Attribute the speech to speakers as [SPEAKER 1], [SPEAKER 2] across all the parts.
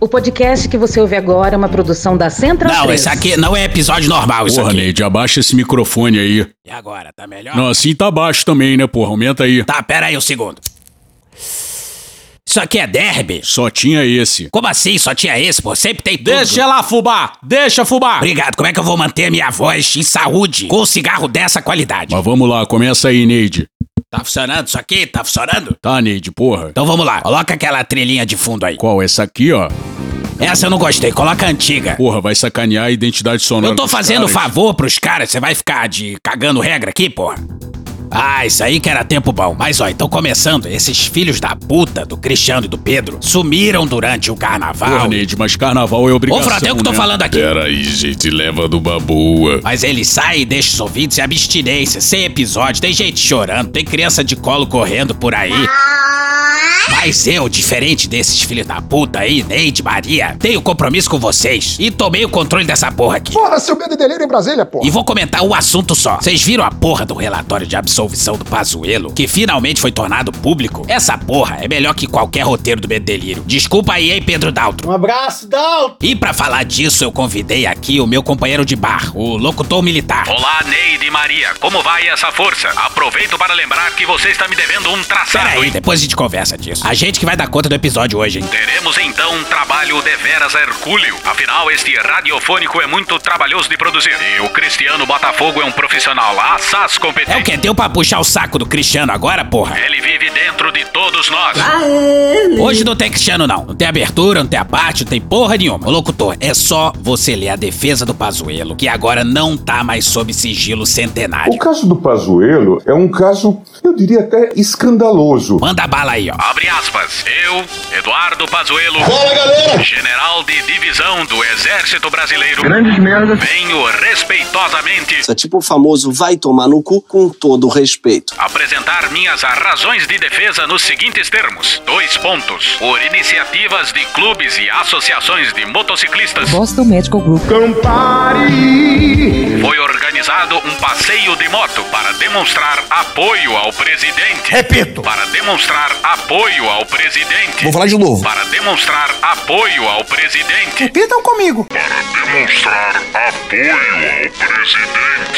[SPEAKER 1] O podcast que você ouve agora é uma produção da Central
[SPEAKER 2] Não,
[SPEAKER 1] 3.
[SPEAKER 2] esse aqui não é episódio normal, isso
[SPEAKER 3] Porra,
[SPEAKER 2] aqui.
[SPEAKER 3] Neide, abaixa esse microfone aí.
[SPEAKER 2] E agora, tá melhor?
[SPEAKER 3] Não, assim tá baixo também, né, porra? Aumenta aí.
[SPEAKER 2] Tá, pera aí um segundo. Isso aqui é derby?
[SPEAKER 3] Só tinha esse.
[SPEAKER 2] Como assim? Só tinha esse, pô? Sempre tem tudo.
[SPEAKER 3] Deixa lá, fubá! Deixa, fubá!
[SPEAKER 2] Obrigado, como é que eu vou manter a minha voz em saúde com um cigarro dessa qualidade?
[SPEAKER 3] Mas vamos lá, começa aí, Neide.
[SPEAKER 2] Tá funcionando isso aqui? Tá funcionando?
[SPEAKER 3] Tá, Neide, porra.
[SPEAKER 2] Então vamos lá, coloca aquela trilhinha de fundo aí.
[SPEAKER 3] Qual? Essa aqui, ó.
[SPEAKER 2] Essa eu não gostei, coloca a antiga.
[SPEAKER 3] Porra, vai sacanear a identidade sonora.
[SPEAKER 2] Eu tô
[SPEAKER 3] dos
[SPEAKER 2] fazendo
[SPEAKER 3] caras.
[SPEAKER 2] favor pros caras, você vai ficar de cagando regra aqui, porra? Ah, isso aí que era tempo bom. Mas ó, então começando, esses filhos da puta do Cristiano e do Pedro sumiram durante o carnaval.
[SPEAKER 3] Porra, né? Neide, mas carnaval é
[SPEAKER 2] Ô,
[SPEAKER 3] obrigação,
[SPEAKER 2] Frota, eu que tô
[SPEAKER 3] né?
[SPEAKER 2] falando aqui.
[SPEAKER 4] Peraí, gente, leva do baboa.
[SPEAKER 2] Mas ele sai e deixa os ouvintes em abstinência, sem episódio, tem gente chorando, tem criança de colo correndo por aí. Mas eu, diferente desses filhos da puta aí, Neide, Maria, tenho compromisso com vocês e tomei o controle dessa porra aqui.
[SPEAKER 5] Porra, seu medo e delírio em Brasília, porra.
[SPEAKER 2] E vou comentar um assunto só. Vocês viram a porra do relatório de absolvição do Pazuello, que finalmente foi tornado público? Essa porra é melhor que qualquer roteiro do Medo e Delírio. Desculpa aí, hein, Pedro Daltro.
[SPEAKER 6] Um abraço, Dal!
[SPEAKER 2] E pra falar disso, eu convidei aqui o meu companheiro de bar, o locutor militar.
[SPEAKER 7] Olá, Neide e Maria, como vai essa força? Aproveito para lembrar que você está me devendo um
[SPEAKER 2] Pera
[SPEAKER 7] traçado,
[SPEAKER 2] aí,
[SPEAKER 7] hein?
[SPEAKER 2] depois a gente conversa disso. A gente que vai dar conta do episódio hoje, hein?
[SPEAKER 7] Teremos então um trabalho deveras hercúleo. Afinal, este radiofônico é muito trabalhoso de produzir. E o Cristiano Botafogo é um profissional assaz
[SPEAKER 2] É o
[SPEAKER 7] competente.
[SPEAKER 2] que? Deu pra puxar o saco do Cristiano agora, porra?
[SPEAKER 7] Ele vive dentro de todos nós.
[SPEAKER 2] Hoje não tem Cristiano, não. Não tem abertura, não tem a parte, não tem porra nenhuma. Ô, locutor, é só você ler a defesa do Pazuello, que agora não tá mais sob sigilo centenário.
[SPEAKER 8] O caso do Pazuello é um caso, eu diria até escandaloso.
[SPEAKER 2] Manda bala aí, ó.
[SPEAKER 7] Abre aspas. Eu, Eduardo Pazuello,
[SPEAKER 6] Fala, galera!
[SPEAKER 7] general de divisão do Exército Brasileiro, venho respeitosamente
[SPEAKER 9] É tipo o famoso vai tomar no cu com todo respeito.
[SPEAKER 7] apresentar minhas razões de defesa nos seguintes termos. Dois pontos. Por iniciativas de clubes e associações de
[SPEAKER 2] é
[SPEAKER 7] motociclistas,
[SPEAKER 1] Boston Medical Group.
[SPEAKER 7] foi organizado um passeio de moto para demonstrar apoio ao presidente. Repito. Para demonstrar apoio ao presidente. Vou falar de novo. Para demonstrar apoio ao presidente.
[SPEAKER 6] Repitam comigo!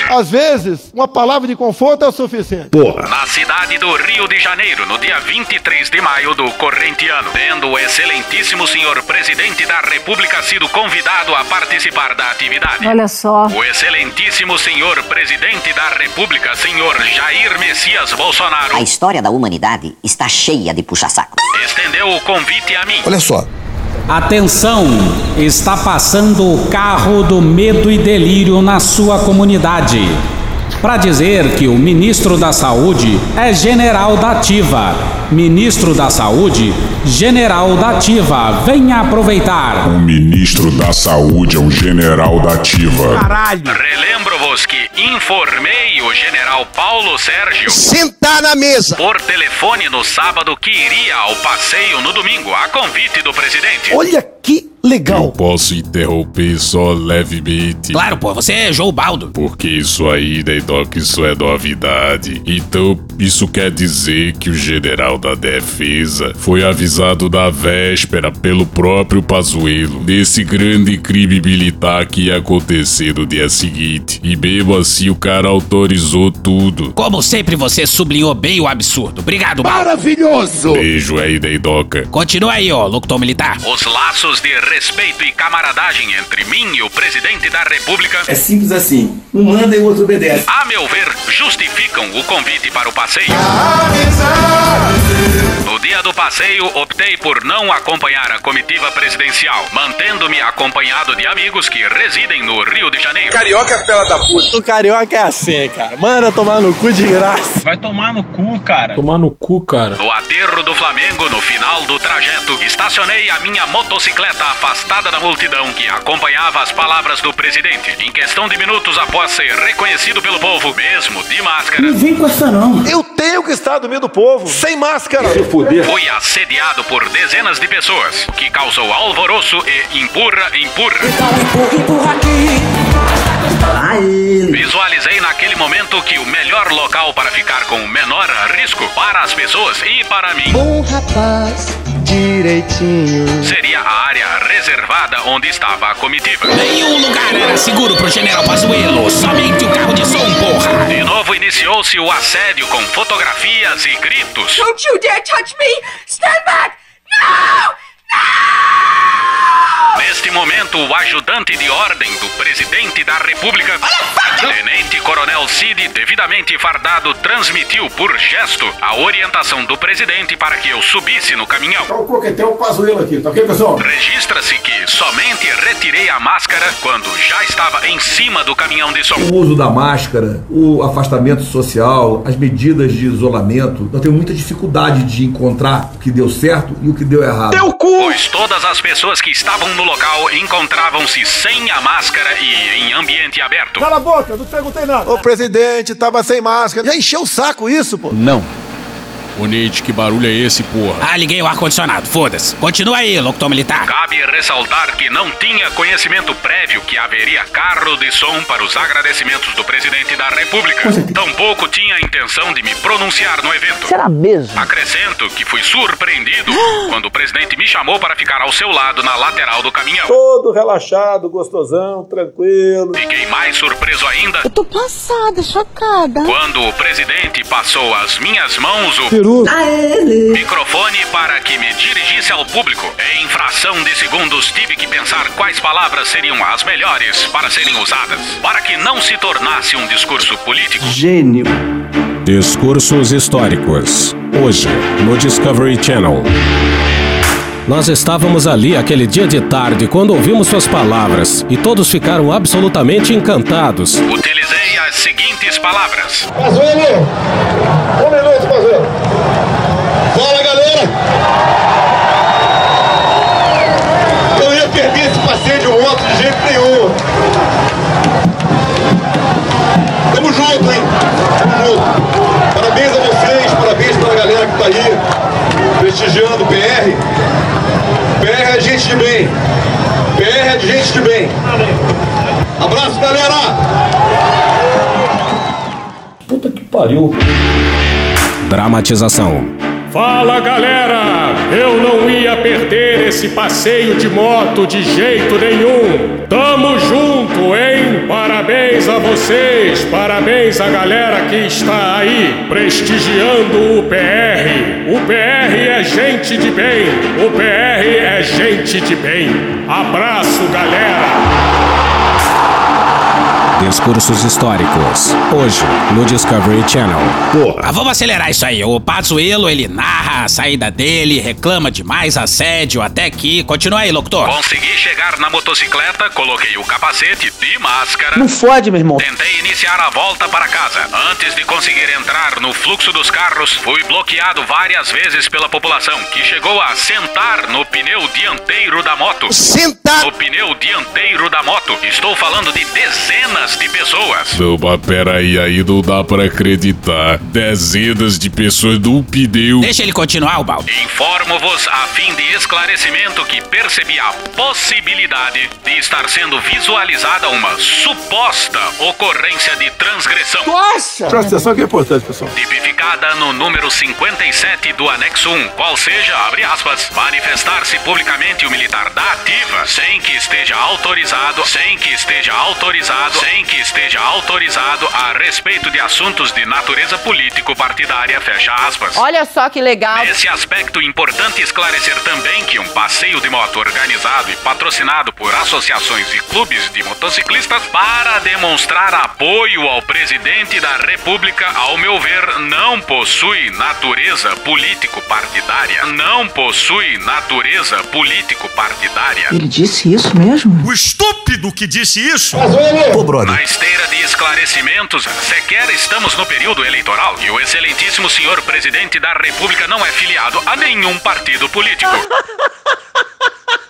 [SPEAKER 6] Às vezes, uma palavra de conforto é o suficiente.
[SPEAKER 7] Na cidade do Rio de Janeiro, no dia 23 de maio do corrente ano, tendo o excelentíssimo senhor presidente da República sido convidado a participar da atividade.
[SPEAKER 10] Olha só.
[SPEAKER 7] O excelentíssimo senhor presidente da República, senhor Jair Messias Bolsonaro,
[SPEAKER 11] A história da humanidade está cheia de puxa-saco.
[SPEAKER 7] estendeu o convite a mim.
[SPEAKER 2] Atenção! Está passando o carro do medo e delírio na sua comunidade. Para dizer que o ministro da Saúde é general da Ativa. Ministro da Saúde, general da Ativa. Venha aproveitar.
[SPEAKER 4] O ministro da Saúde é um general da ativa.
[SPEAKER 7] Relembro-vos que informei o general Paulo Sérgio
[SPEAKER 6] Sentar na mesa!
[SPEAKER 7] por telefone no sábado que iria ao passeio no domingo, a convite do presidente.
[SPEAKER 6] Olha que
[SPEAKER 4] Eu
[SPEAKER 6] legal!
[SPEAKER 4] posso interromper só levemente.
[SPEAKER 2] Claro, pô, você é João Baldo.
[SPEAKER 4] Porque isso aí, né, Doc, isso é novidade. Então, isso quer dizer que o general da defesa foi avisado da véspera pelo próprio Pazuello desse grande crime militar que ia acontecer no dia seguinte. E mesmo assim, o cara autorizou tudo.
[SPEAKER 2] Como sempre, você sublinhou bem o absurdo. Obrigado, Baldo.
[SPEAKER 6] Maravilhoso!
[SPEAKER 4] Beijo aí, né, Neidoca.
[SPEAKER 2] Continua aí, ó, locutor militar.
[SPEAKER 7] Os laços de respeito e camaradagem entre mim e o presidente da República,
[SPEAKER 9] É simples assim, um manda e o outro obedece.
[SPEAKER 7] a meu ver, justificam o convite para o passeio. No dia do passeio, optei por não acompanhar a comitiva presidencial, mantendo-me acompanhado de amigos que residem no Rio de Janeiro.
[SPEAKER 6] O carioca é assim, cara. Manda tomar no cu de graça.
[SPEAKER 3] Tomar no cu, cara.
[SPEAKER 7] No aterro do Flamengo, no final do trajeto, estacionei a minha motocicleta afastada da multidão que acompanhava as palavras do presidente. Em questão de minutos após ser reconhecido pelo povo, mesmo de máscara,
[SPEAKER 6] Eu tenho que estar do meio do povo, sem máscara.
[SPEAKER 7] fui assediado por dezenas de pessoas, o que causou alvoroço e empurra, empurra. Visualizei naquele momento que o melhor local para ficar com o menor risco para as pessoas e para mim
[SPEAKER 5] Um rapaz direitinho.
[SPEAKER 7] seria a área reservada onde estava a comitiva.
[SPEAKER 5] Nenhum lugar era seguro pro General Pazuello, somente o carro de som, porra!
[SPEAKER 7] De novo iniciou-se o assédio com fotografias e gritos.
[SPEAKER 10] Don't you dare touch me! Stand back! No!
[SPEAKER 7] Neste momento, o ajudante de ordem do presidente da República, Tenente Coronel Cid, devidamente fardado, transmitiu por gesto a orientação do presidente para que eu subisse no caminhão.
[SPEAKER 12] Tá o coquetel Pazuello aqui, tá ok, pessoal?
[SPEAKER 7] Registra-se que somente retirei a máscara quando já estava em cima do caminhão de som.
[SPEAKER 13] O uso da máscara, o afastamento social, as medidas de isolamento, nós temos muita dificuldade de encontrar o que deu certo e o que deu errado.
[SPEAKER 7] Teu cu! Pois todas as pessoas que estavam no local encontravam-se sem a máscara e em ambiente aberto.
[SPEAKER 6] Cala a boca, não perguntei nada. O presidente tava sem máscara. Já encheu o saco isso, pô.
[SPEAKER 3] Não. Ô, Neide, que barulho é esse, porra?
[SPEAKER 5] Ah, liguei o ar-condicionado, foda-se. Continua aí, locutor militar.
[SPEAKER 7] Cabe ressaltar que não tinha conhecimento prévio que haveria carro de som para os agradecimentos do presidente da República. Tampouco tinha a intenção de me pronunciar no evento.
[SPEAKER 1] Será mesmo?
[SPEAKER 7] Acrescento que fui surpreendido quando o presidente me chamou para ficar ao seu lado na lateral do caminhão.
[SPEAKER 12] Todo relaxado, gostosão, tranquilo.
[SPEAKER 7] Fiquei mais surpreso ainda
[SPEAKER 10] Eu tô passada, chocada.
[SPEAKER 7] quando o presidente passou às minhas mãos o
[SPEAKER 10] A ele.
[SPEAKER 7] Microfone para que me dirigisse ao público. Em fração de segundos tive que pensar quais palavras seriam as melhores para serem usadas, para que não se tornasse um discurso político.
[SPEAKER 2] Gênio. Discursos históricos. Hoje, no Discovery Channel. Nós estávamos ali aquele dia de tarde quando ouvimos suas palavras e todos ficaram absolutamente encantados.
[SPEAKER 7] Utilizei as seguintes palavras:
[SPEAKER 6] Pazuello! Um minuto, Pazuello. Fala, galera! Eu ia perder esse passeio de moto de jeito nenhum. Tamo junto, hein? Tamo junto. Parabéns a vocês, parabéns pra galera que tá aí prestigiando o PR. PR é gente de bem. PR é de gente de bem. Abraço, galera!
[SPEAKER 2] Puta que pariu. Dramatização.
[SPEAKER 14] Fala galera! Eu não ia perder esse passeio de moto de jeito nenhum! Tamo junto, hein? Parabéns a vocês! Parabéns à galera que está aí prestigiando o PR! O PR é gente de bem! O PR é gente de bem! Abraço, galera!
[SPEAKER 2] Discursos históricos. Hoje, no Discovery Channel.
[SPEAKER 5] Ah, vamos acelerar isso aí. O Pazuello, ele narra Ah, a saída dele, reclama demais assédio, até que... Continua aí, locutor.
[SPEAKER 7] Consegui chegar na motocicleta, coloquei o capacete e máscara.
[SPEAKER 1] Não fode, meu irmão.
[SPEAKER 7] Tentei iniciar a volta para casa. Antes de conseguir entrar no fluxo dos carros, fui bloqueado várias vezes pela população, que chegou a sentar no pneu dianteiro da moto.
[SPEAKER 6] Sentar?
[SPEAKER 7] No pneu dianteiro da moto. Estou falando de dezenas de pessoas.
[SPEAKER 4] Não, mas peraí, aí não dá pra acreditar. Dezenas de pessoas não pediu.
[SPEAKER 5] Deixa ele continuar, o balde.
[SPEAKER 7] Informo-vos a fim de esclarecimento que percebi a possibilidade de estar sendo visualizada uma suposta ocorrência de transgressão.
[SPEAKER 6] Nossa! Presta atenção que é importante, pessoal.
[SPEAKER 7] Tipificada no número 57 do anexo 1, qual seja, abre aspas, manifestar-se publicamente o militar da ativa sem que esteja autorizado, sem que esteja autorizado, sem que esteja autorizado a respeito de assuntos de natureza político-partidária, fecha aspas.
[SPEAKER 10] Olha só que legal.
[SPEAKER 7] Nesse aspecto, importante esclarecer também que um passeio de moto organizado e patrocinado por associações e clubes de motociclistas para demonstrar apoio ao presidente da República, ao meu ver, não possui natureza político-partidária. Não possui natureza político-partidária.
[SPEAKER 1] Ele disse isso mesmo?
[SPEAKER 15] O estúpido que disse isso?
[SPEAKER 1] Pô,
[SPEAKER 7] Na esteira de esclarecimentos, sequer estamos no período eleitoral e o excelentíssimo senhor presidente da República não é filiado a nenhum partido político.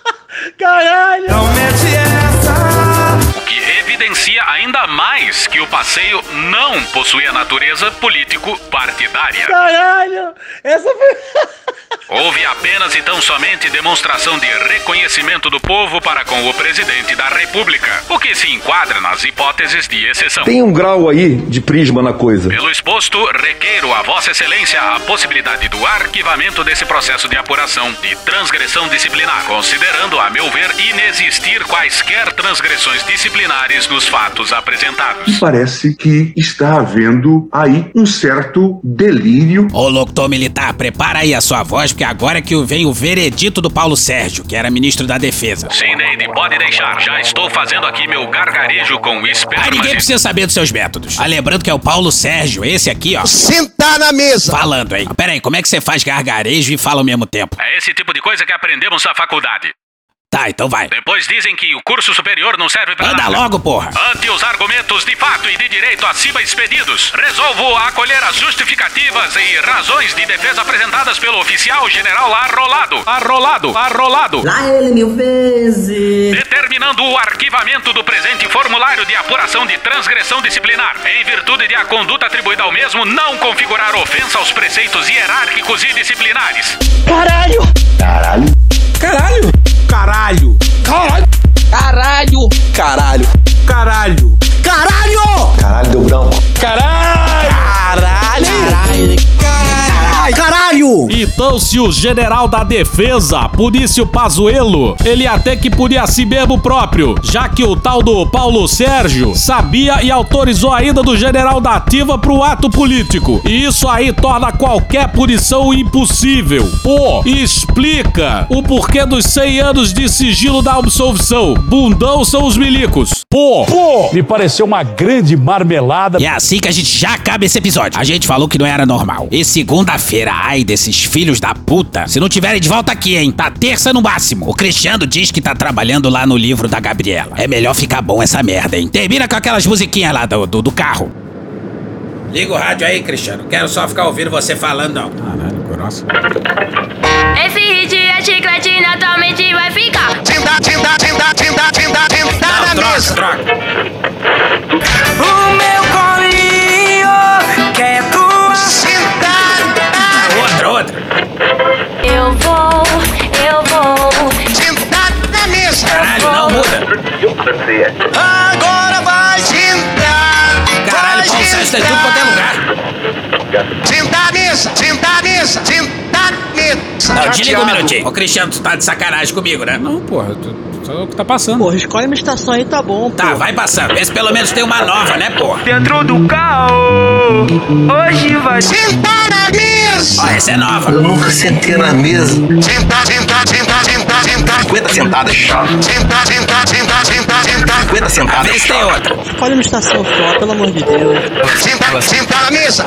[SPEAKER 10] Caralho. Não mete essa.
[SPEAKER 7] O que evidencia ainda mais que o passeio não possui a natureza político-partidária.
[SPEAKER 10] Caralho. Essa foi...
[SPEAKER 6] Houve apenas e
[SPEAKER 7] então,
[SPEAKER 6] tão somente demonstração de reconhecimento do povo para com o presidente da República, o que se enquadra nas hipóteses de exceção.
[SPEAKER 9] Tem um grau aí de prisma na coisa.
[SPEAKER 6] Pelo exposto, requeiro a Vossa Excelência a possibilidade do arquivamento desse processo de apuração de transgressão disciplinar, considerando, a meu ver, inexistir quaisquer transgressões disciplinares nos fatos apresentados.
[SPEAKER 16] E parece que está havendo aí um certo delírio.
[SPEAKER 2] Ô, locutor militar, prepara aí a sua voz, porque agora é que vem o veredito do Paulo Sérgio, que era ministro da Defesa.
[SPEAKER 6] Sim, Neide, pode deixar. Já estou fazendo aqui meu gargarejo com esperma.
[SPEAKER 2] Ah,
[SPEAKER 7] é-
[SPEAKER 2] ninguém precisa saber dos seus métodos. Ah, lembrando que é o Paulo Sérgio, esse aqui, ó.
[SPEAKER 13] Sentar na mesa!
[SPEAKER 2] Falando, hein? Ah, pera aí, como é que você faz gargarejo e fala ao mesmo tempo?
[SPEAKER 6] É esse tipo de coisa que aprendemos na faculdade.
[SPEAKER 2] Tá, então vai.
[SPEAKER 6] Depois dizem que o curso superior não serve pra
[SPEAKER 2] Anda
[SPEAKER 6] nada.
[SPEAKER 2] logo, porra!
[SPEAKER 6] Ante os argumentos de fato e de direito acima expedidos, resolvo acolher as justificativas e razões de defesa apresentadas pelo oficial general Arrolado. Arrolado, Arrolado.
[SPEAKER 17] Lá ele mil vezes.
[SPEAKER 6] Determinando o arquivamento do presente formulário de apuração de transgressão disciplinar, em virtude de a conduta atribuída ao mesmo não configurar ofensa aos preceitos hierárquicos e disciplinares.
[SPEAKER 1] Caralho!
[SPEAKER 9] Caralho!
[SPEAKER 1] Caralho!
[SPEAKER 2] Caralho!
[SPEAKER 1] Caralho!
[SPEAKER 13] Caralho!
[SPEAKER 9] Caralho!
[SPEAKER 1] Caralho!
[SPEAKER 13] Caralho!
[SPEAKER 9] Caralho deu branco!
[SPEAKER 1] Caralho!
[SPEAKER 13] Caralho! Caralho! Caralho!
[SPEAKER 7] Então, se o general da defesa punisse o Pazuelo, ele até que podia si mesmo próprio, já que o tal do Paulo Sérgio sabia e autorizou a ida do general da ativa pro ato político. E isso aí torna qualquer punição impossível. Pô, explica o porquê dos 100 anos de sigilo da absolvição. Bundão são os milicos. Pô,
[SPEAKER 18] Pô! Me pareceu uma grande marmelada.
[SPEAKER 2] E é assim que a gente já acaba esse episódio. A gente falou que não era normal. E segunda-feira, ai desses filhos da puta, se não tiverem de volta aqui, hein? Tá terça no máximo. O Cristiano diz que tá trabalhando lá no livro da Gabriela. É melhor ficar bom essa merda, hein? Termina com aquelas musiquinhas lá do, do, do carro. Liga o rádio aí, Cristiano. Quero só ficar ouvindo você falando, não. Caralho, grossa.
[SPEAKER 19] Esse hit é chiclete naturalmente vai ficar.
[SPEAKER 13] Sentar, sentar, sentar, sentar, sentar, sentar Tá na mesa!
[SPEAKER 19] O meu colinho quer tua
[SPEAKER 13] Sentar!
[SPEAKER 2] é Outra, outra.
[SPEAKER 19] Eu vou, eu vou.
[SPEAKER 13] Sentar na mesa!
[SPEAKER 2] Caralho, não muda.
[SPEAKER 13] Agora vai sentar!
[SPEAKER 2] Caralho,
[SPEAKER 13] vai
[SPEAKER 2] Paulo Sérgio tá em tudo quanto é lugar.
[SPEAKER 13] Sentar à mesa! Sentar à mesa! Sentar à
[SPEAKER 6] Tá
[SPEAKER 13] mesa!
[SPEAKER 2] Não, desliga um minutinho. Ô, Cristiano, tu tá de sacanagem comigo, né?
[SPEAKER 7] Não, porra, tu, tu-
[SPEAKER 9] é
[SPEAKER 7] só o que tá passando.
[SPEAKER 1] Porra, escolhe uma estação aí, tá bom.
[SPEAKER 2] Tá, vai passando. Vê se pelo menos tem uma nova, né, porra?
[SPEAKER 19] Dentro do caos, hoje vai.
[SPEAKER 13] Sentar na
[SPEAKER 2] Ó,
[SPEAKER 13] mesa!
[SPEAKER 2] essa é nova.
[SPEAKER 9] Eu nunca sentei na mesa.
[SPEAKER 13] Sentar, sentar, sentar, sentar, sentar!
[SPEAKER 9] 50 sentadas.
[SPEAKER 13] Sentar, sentar, sentar, sentar, sentar!
[SPEAKER 9] 50
[SPEAKER 2] Ah,
[SPEAKER 9] sentadas.
[SPEAKER 2] vê se tem outra.
[SPEAKER 1] Escolhe uma estação só, pelo amor de Deus.
[SPEAKER 13] Sentar, sentar na mesa!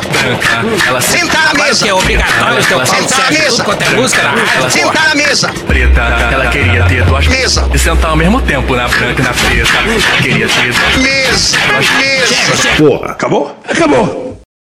[SPEAKER 9] Ela
[SPEAKER 13] Sentar na
[SPEAKER 2] Agora que é
[SPEAKER 13] mesa!
[SPEAKER 2] obrigatório ter o Paulo
[SPEAKER 13] Sentar na
[SPEAKER 2] Sérgio tudo
[SPEAKER 13] mesa!
[SPEAKER 2] quanto é música na rádio, porra.
[SPEAKER 13] Sentar na mesa!
[SPEAKER 9] preta, ela queria ter duas
[SPEAKER 13] Mesa!
[SPEAKER 9] e sentar ao mesmo tempo na branca e na preta. Queria ter duas
[SPEAKER 13] Mesa! Mesa!
[SPEAKER 2] Chega, chega.
[SPEAKER 9] Porra, acabou? Acabou!